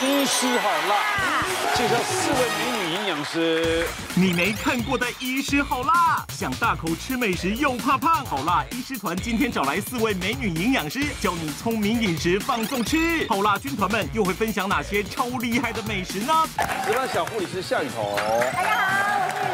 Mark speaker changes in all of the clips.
Speaker 1: 医师好辣，介绍四位美女营养师。
Speaker 2: 你没看过的医师好辣，想大口吃美食又怕胖，好辣医师团今天找来四位美女营养师，教你聪明饮食，放纵吃。好辣军团们又会分享哪些超厉害的美食呢？
Speaker 1: 值班小护理师夏雨桐。
Speaker 3: 大家好，我是雨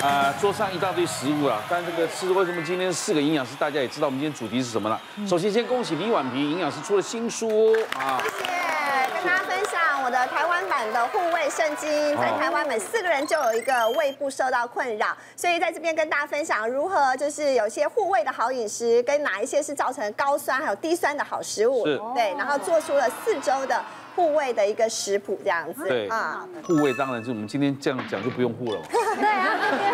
Speaker 3: 桐。
Speaker 1: 啊，桌上一大堆食物啦，但这个是为什么今天四个营养师大家也知道我们今天主题是什么了。
Speaker 3: 嗯
Speaker 1: 首先先恭喜李婉萍营养师出了新书啊，
Speaker 3: 谢谢，跟大家分享我的台湾版的护卫圣经，
Speaker 1: 哦
Speaker 3: 在台湾每四个人就有一个胃部受到困扰，所以在这边跟大家分享如何就是有些护胃的好饮食，跟哪一些是造成高酸还有低酸的好食物
Speaker 1: 是，
Speaker 3: 对，然后做出了四周的护胃的一个食谱这样子，啊
Speaker 1: 对护卫当然是我们今天这样讲就不用护了嘛。
Speaker 4: 对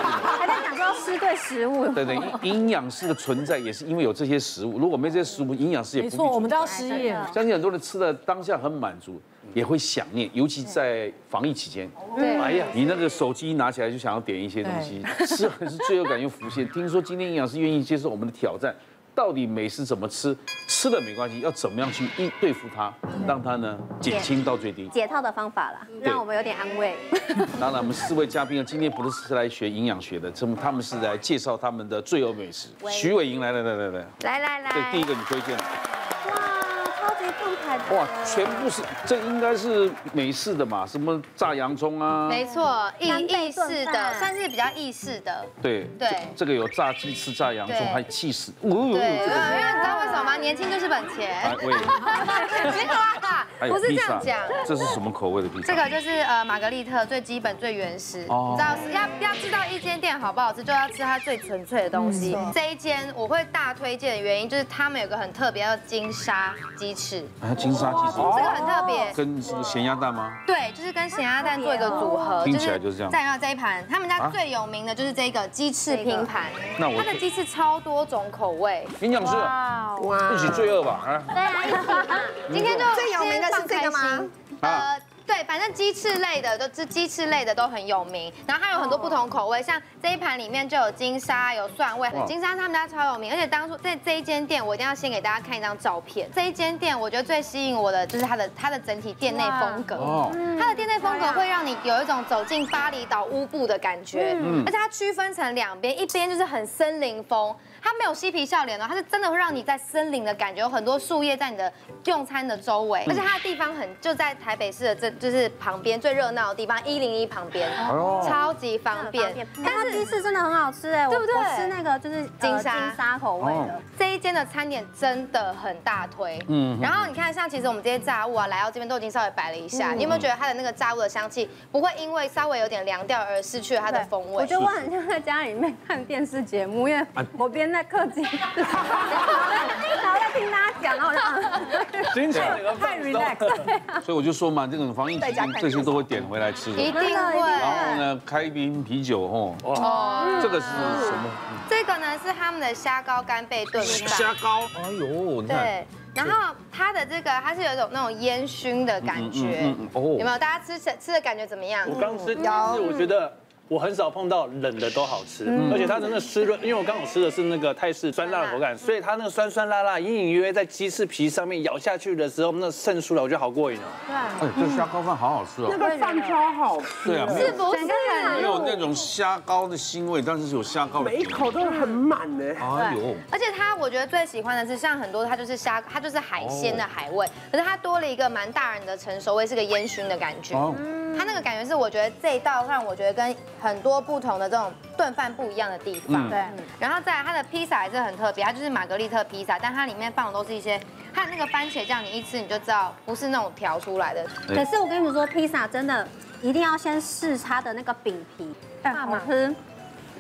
Speaker 4: 啊，还在讲说吃对食物。
Speaker 1: 对对，营营养师的存在也是因为有这些食物，如果没这些食物，营养师也不
Speaker 5: 没
Speaker 1: 必
Speaker 5: 错，我们都
Speaker 1: 存
Speaker 5: 要失业。
Speaker 1: 在相信很多人吃的当下很满足，也会想念，尤其在防疫期间。
Speaker 4: 嗯对
Speaker 1: 哎呀，你那个手机一拿起来就想要点一些东西，吃很是罪恶感又浮现。听说今天营养师愿意接受我们的挑战，到底美食怎么吃？吃了没关系，要怎么样去应对付它，
Speaker 4: 嗯
Speaker 1: 让它呢减轻到最低。
Speaker 3: 解套的方法啦，
Speaker 1: 让
Speaker 3: 让
Speaker 1: 我
Speaker 3: 我们有点安慰。
Speaker 1: 当然，我们四位嘉宾啊，今天不是来学营养学的，他们他们是来介绍他们的罪恶美食。徐伟莹来来来来来，
Speaker 3: 来来
Speaker 1: 对，
Speaker 3: 来
Speaker 1: 第一，个你推荐的。
Speaker 3: 哇，超级澎湃的，
Speaker 1: 哇，全部是，这应该是美式的嘛，什么炸洋葱啊，
Speaker 6: 没错，意
Speaker 3: 干贝
Speaker 6: 意式
Speaker 3: 炖饭
Speaker 6: 的，算是比较意式的。
Speaker 1: 对
Speaker 6: 对
Speaker 1: 这这个有炸鸡翅、炸洋葱，
Speaker 6: 对
Speaker 1: 还气死，哦，
Speaker 6: 对，因为
Speaker 1: 这个是
Speaker 6: 你知道为什么吗？年轻就是本钱
Speaker 1: 哎。 喂，
Speaker 6: 没有啊，
Speaker 1: 还有
Speaker 6: 不是
Speaker 1: 披
Speaker 6: 这
Speaker 1: 萨
Speaker 6: 样讲。，
Speaker 1: 这是什么口味的披萨？
Speaker 6: 这个就是呃玛格丽特最基本最原始，你知
Speaker 1: 哦
Speaker 6: 道是要要知道一间店好不好吃，就要吃它最纯粹的东
Speaker 1: 嗯
Speaker 6: 西。这一间我会大推荐的原因就是他们有个很特别的金沙鸡翅，
Speaker 1: 啊，金沙鸡翅，
Speaker 6: 这个很特别。
Speaker 1: 跟什么咸鸭蛋吗？
Speaker 6: 对，就是跟咸鸭蛋做一个组合，
Speaker 1: 听起来就是这样
Speaker 6: 再然后这一盘，他们
Speaker 1: 啊
Speaker 6: 家最有名的就是这个鸡翅拼盘，
Speaker 1: 那我
Speaker 6: 它的鸡翅超多种口味。
Speaker 1: 营养师，一起罪恶吧，啊，
Speaker 6: 今天就
Speaker 3: 最有名的是这个吗
Speaker 6: 先放开心？
Speaker 1: 嗯啊
Speaker 6: 呃，对，反正鸡翅类的都这鸡翅类的都很有名，然后它有很多不同口味，像这一盘里面就有金沙，有蒜味
Speaker 1: 哦哇，
Speaker 6: 金沙他们家超有名，而且当初在这一间店，我一定要先给大家看一张照片。这一间店我觉得最吸引我的就是它的它的整体店内风格，
Speaker 1: 哦，
Speaker 6: 它的店内风格会让你有一种走进巴厘岛乌布的感觉，而且它区分成两边，一边就是很森林风，它没有嬉皮笑脸哦，它是真的会让你在森林的感觉，有很多树叶在你的用餐的周围，而且它的地方很就在台北市的这就是旁边最热闹的地方一零一旁边，
Speaker 1: 呦
Speaker 6: 超级方便。
Speaker 4: 但是鸡翅真的很好吃哎，
Speaker 6: 对不对
Speaker 4: 我吃那个就是呃
Speaker 6: 金沙
Speaker 4: 金沙口味
Speaker 1: 哦
Speaker 4: 的，
Speaker 6: 这一间的餐点真的很大推，
Speaker 1: 嗯
Speaker 6: 嗯，然后你看，像其实我们这些炸物啊，来到这边都已经稍微摆了一
Speaker 1: 嗯
Speaker 6: 下，你有没有觉得它的那个炸物的香气不会因为稍微有点凉掉而失去了它的风味？
Speaker 4: 我觉得我很像在家里面看电视节目，因为我边在嗑鸡翅，然后在听大家讲，然后我就 啊
Speaker 1: 真的，
Speaker 4: 太 relax。
Speaker 1: 所以我就说嘛，这种防疫期间这些都会点回来吃
Speaker 6: 一
Speaker 1: 的。
Speaker 6: 定
Speaker 1: 然后
Speaker 6: 会。
Speaker 1: 呢，开一瓶啤酒哦，
Speaker 6: 哦，
Speaker 1: 这个是什么？
Speaker 6: 这个呢是他们的虾膏干贝炖
Speaker 1: 虾
Speaker 6: 饭，
Speaker 1: 膏，哎
Speaker 6: 嗯
Speaker 1: 呦，你看，
Speaker 6: 对，然后它的这个它是有一种那种烟熏的感觉
Speaker 1: 嗯，哦
Speaker 6: 有没有？大家吃起来吃的感觉怎么样
Speaker 7: 我？刚吃，其实
Speaker 5: 嗯
Speaker 7: 我觉得我很少碰到冷的都好吃，而且它的那个湿润，因为我刚好吃的是那个泰式酸辣的口感，所以它那个酸酸辣辣，隐隐约约在鸡翅皮上面咬下去的时候，那渗出来，我觉得好过瘾哦。
Speaker 1: 哎，这虾膏饭好好吃哦。那个饭超好吃。对啊，没有
Speaker 6: 是不是很
Speaker 1: 没有那种虾膏的腥味，但是有虾膏的。每一口都很满呢。哎呦，
Speaker 6: 而且它，我觉得最喜欢的是，像很多它就是虾，它就是海鲜的海味，可是它多了一个蛮大人的成熟味，是个烟熏的感觉。
Speaker 1: 哦
Speaker 6: 它那个感觉是，我觉得这一道让我觉得跟很多不同的这种炖饭不一样的地方。嗯
Speaker 4: 对，
Speaker 6: 然后再来它的披萨也是很特别，它就是玛格丽特披萨，但它里面放的都是一些它的那个番茄酱，你一吃你就知道不是那种调出来的。
Speaker 4: 可是我跟你们说，披萨真的一定要先试它的那个饼皮，
Speaker 6: 哎
Speaker 4: 好吃。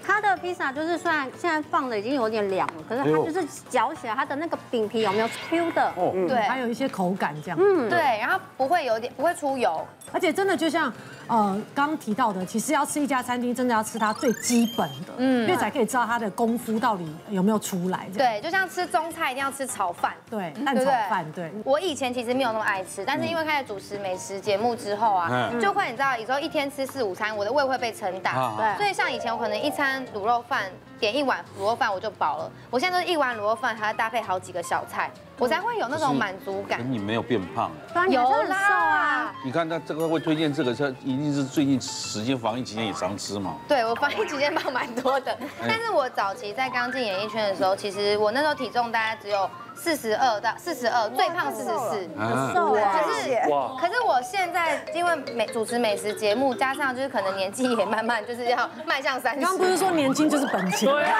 Speaker 4: 它的披萨就是虽然现在放的已经有点凉了，可是它就是嚼起来它的那个饼皮有没有 Q 的？嗯
Speaker 1: 哦
Speaker 6: 对
Speaker 5: 还有一些口感这样，
Speaker 6: 对，然后不会有点不会出油，
Speaker 5: 而且真的就像呃刚提到的，其实要吃一家餐厅，真的要吃它最基本的，嗯，因为才可以知道它的功夫到底有没有出来。这样
Speaker 6: 对，就像吃中菜一定要吃炒饭。
Speaker 5: 对，嗯蛋炒饭对。
Speaker 6: 我以前其实没有那么爱吃，但是因为开始主持美食节目之后啊，
Speaker 1: 嗯
Speaker 6: 就会你知道，有时候一天吃四五餐，我的胃会被撑
Speaker 1: 啊
Speaker 6: 大。
Speaker 4: 对
Speaker 6: 所以像以前我可能一餐卤肉饭点一碗卤肉饭我就饱了，我现在都是一碗卤肉饭还要搭配好几个小菜，我才会有那种满足感。
Speaker 1: 嗯你没有变胖，
Speaker 4: 对啊，你还是
Speaker 6: 有
Speaker 4: 很瘦啊
Speaker 6: 啦。，
Speaker 1: 你看他这个会推荐这个，这一定是最近时间防疫期间也常吃嘛。
Speaker 6: 对我防疫期间胖蛮 多
Speaker 1: 嗯
Speaker 6: 的，但是我早期在刚进演艺圈的时候，其实我那时候体重大概只有四十二到四十二，最胖四十四。
Speaker 1: 啊，
Speaker 4: 瘦啊，
Speaker 3: 可
Speaker 6: 可是
Speaker 7: 哇
Speaker 6: 哦可是我现在因为美主持美食节目，加上就是可能年纪也慢慢就是要迈向三十
Speaker 5: 刚刚。不是说年轻就是本钱？对啊，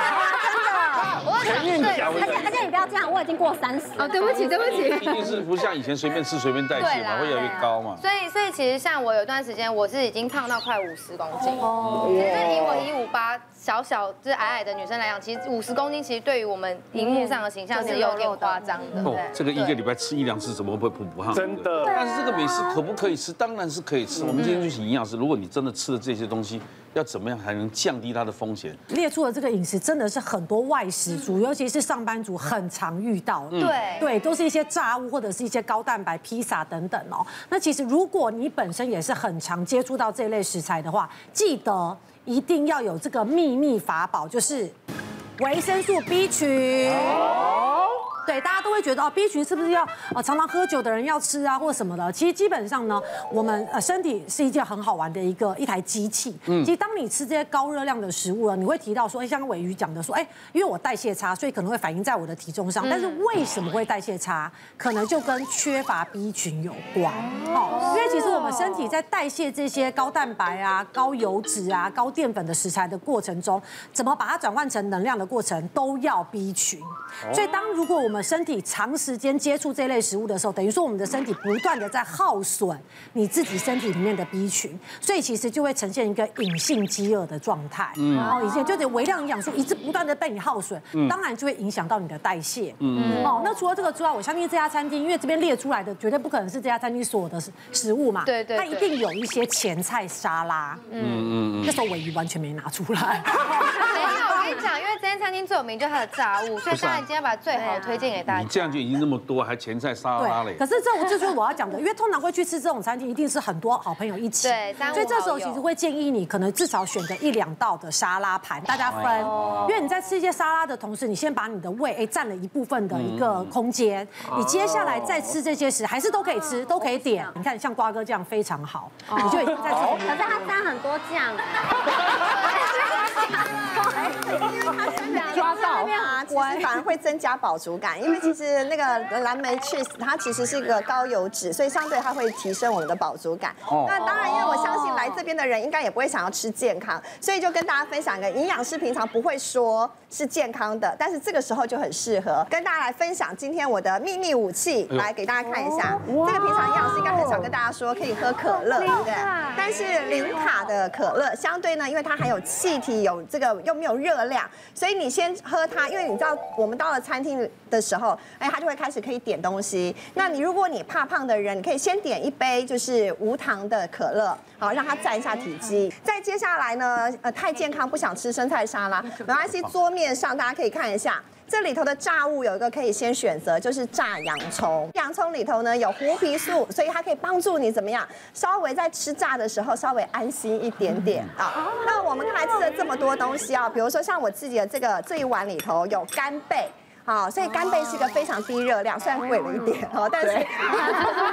Speaker 6: 我想对
Speaker 4: 而且而且你不要这样，我已经过三十。
Speaker 8: 哦，对不起，对不起。
Speaker 1: 一定是不像以前随便吃随便带
Speaker 6: 对
Speaker 1: 去
Speaker 6: 啦
Speaker 1: 嘛，会越来越高嘛。
Speaker 6: 所以所以其实像我有一段时间，我是已经胖到快五十公斤。哦，其实以我一五八小小就是矮矮的女生来讲，其实五十公斤其实对于我们荧幕上的形象是有点夸张的。
Speaker 1: 哦，这个一个礼拜吃一两次怎么会不不胖？
Speaker 7: 真的
Speaker 1: 对不对但是这个美食可不可以吃？当然是可以吃。我们今天就请营养师，如果你真的吃了这些东西，要怎么样才能降低它的风险？
Speaker 5: 列出的这个饮食真的是很多外食族，尤其是上班族很常遇到。
Speaker 6: 对
Speaker 5: 对，都是一些炸物或者是一些高蛋白披萨等等哦。那其实如果你本身也是很常接触到这类食材的话，记得一定要有这个秘密法宝，就是维生素 B 群。对，大家都会觉得哦，B 群是不是要呃常常喝酒的人要吃啊，或什么的？其实基本上呢，我们呃身体是一件很好玩的一个一台机器。嗯，其实当你吃这些高热量的食物了，你会提到说，哎像尾鱼讲的说，哎，因为我代谢差，所以可能会反映在我的体重上。但是为什么会代谢差？可能就跟缺乏 B 群有关。哦，因为其实我们身体在代谢这些高蛋白啊、高油脂啊、高淀粉的食材的过程中，怎么把它转换成能量的过程，都要 B 群。所以当如果我们身体长时间接触这类食物的时候，等于说我们的身体不断的在耗损你自己身体里面的 B 群，所以其实就会呈现一个隐性饥饿的状态。嗯，然后以前就得微量营养素一直不断的被你耗损，当然就会影响到你的代谢。嗯，哦，那除了这个之外，我相信这家餐厅，因为这边列出来的绝对不可能是这家餐厅所有的食食物嘛，
Speaker 6: 对对对
Speaker 5: 它一定有一些前菜沙拉。嗯嗯嗯，那时候尾鱼完全没拿出来。
Speaker 6: 没有，我跟你讲，因为这间餐厅最有名就是它的炸物，所以
Speaker 1: 不是啊
Speaker 6: 当然今天把最好的推荐给大
Speaker 1: 你
Speaker 6: 家。
Speaker 1: 这样就已经那么多，还前菜沙拉嘞
Speaker 5: 可。是这这就是我要讲的，因为通常会去吃这种餐厅，一定是很多好朋友一起，
Speaker 6: 对三五
Speaker 5: 所以这时候
Speaker 6: 好友
Speaker 5: 其实会建议你可能至少选择一两道的沙拉盘，大家分，
Speaker 6: 哦
Speaker 5: 因为你在吃一些沙拉的同时，你先把你的胃哎占了一部分的一个空间，你接下来再吃这些食还是都可以吃，都可以点。你看像瓜哥这样非常好，你就已经在
Speaker 4: 可是它沾很多 酱，
Speaker 3: 抓到啊，其实反而会增加饱足感，因
Speaker 1: 嗯
Speaker 3: 为其实那个蓝莓 cheese 它其实是一个高油脂，所以相对它会提升我们的饱足感。
Speaker 1: 哦
Speaker 3: 那当然，因为我相信来这边的人应该也不会想要吃健康，所以就跟大家分享一个营养师平常不会说是健康的，但是这个时候就很适合跟大家来分享今天我的秘密武器，
Speaker 1: 哎呦
Speaker 3: 来给大家看一下。这个平常营养师应该很少跟大家说可以喝可乐，对不对？但是零卡的可乐相对呢，因为它含有气体，有这个又没有热量，所以你先喝它，因为你知道我们到了餐厅的时候，哎，它就会开始可以点东西。那你如果你怕胖的人，你可以先点一杯就是无糖的可乐，好让它占一下体积。再接下来呢，呃，太健康不想吃生菜沙拉，没关系，桌面上大家可以看一下。这里头的炸物有一个可以先选择，就是炸洋葱。洋葱里头呢有胡皮素，所以它可以帮助你怎么样，稍微在吃炸的时候稍微安心一点点啊。那我们刚才吃了这么多东西啊，比如说像我自己的这个这一碗里头有干贝。好，所以干贝是一个非常低热量，虽然贵了一点哦，但是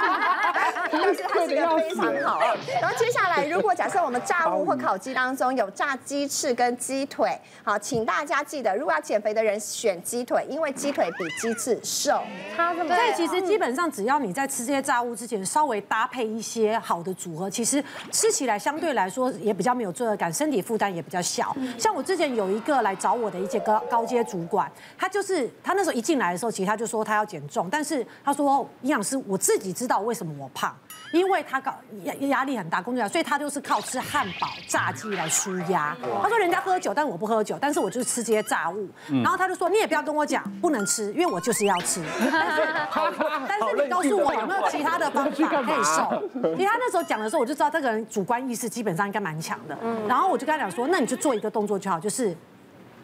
Speaker 3: 但是它是一个非常好。然后接下来，如果假设我们炸物或烤鸡当中有炸鸡翅跟鸡腿，好，请大家记得，如果要减肥的人选鸡腿，因为鸡腿比鸡翅瘦。
Speaker 4: 它这么
Speaker 5: 所以其实基本上，只要你在吃这些炸物之前，稍微搭配一些好的组合，其实吃起来相对来说也比较没有罪恶感，身体负担也比较小。像我之前有一个来找我的一些高高阶主管，他就是他那时候一进来的时候，其实他就说他要减重，但是他说哦营养师，我自己知道为什么我胖。因为他搞压压力很大，工作压力，所以他就是靠吃汉堡、炸鸡来舒压。他说人家喝酒，但我不喝酒，但是我就是吃这些炸物。然后他就说你也不要跟我讲不能吃，因为我就是要吃。 但是你告诉我有没有其 他的方法可以瘦？因为他那时候讲的时候，我就知道这个人主观意识基本上应该蛮强的。然后我就跟他讲说，那你就做一个动作就好，就是。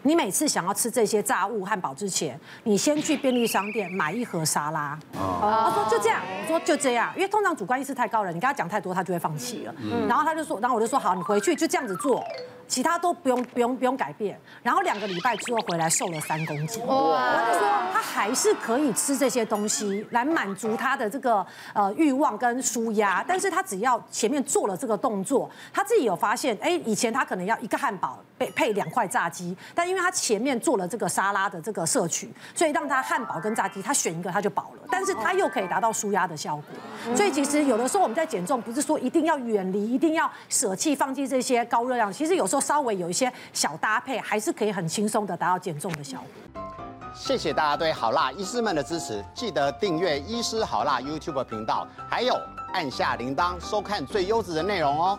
Speaker 5: 你每次想要吃这些炸物汉堡之前，你先去便利商店买一盒沙拉。他说就这样，我说就这样，因为通常主观意识太高了，你跟他讲太多，他就会放弃了。然后他就说，然后我就说好，你回去就这样子做，其他都不用不用不用改变。然后两个礼拜之后回来瘦了三公斤。他就说他还是可以吃这些东西来满足他的这个呃欲望跟舒压，但是他只要前面做了这个动作，他自己有发现，哎，以前他可能要一个汉堡配配两块炸鸡，但因为他前面做了这个沙拉的这个摄取，所以让他汉堡跟炸鸡他选一个他就饱了，但是他又可以达到舒压的效果。所以其实有的时候我们在减重，不是说一定要远离，一定要舍弃放弃这些高热量，其实有时候稍微有一些小搭配，还是可以很轻松的达到减重的效果。
Speaker 8: 谢谢大家对好辣医师们的支持，记得订阅医师好辣 YouTube 频道，还有按下铃铛收看最优质的内容哦。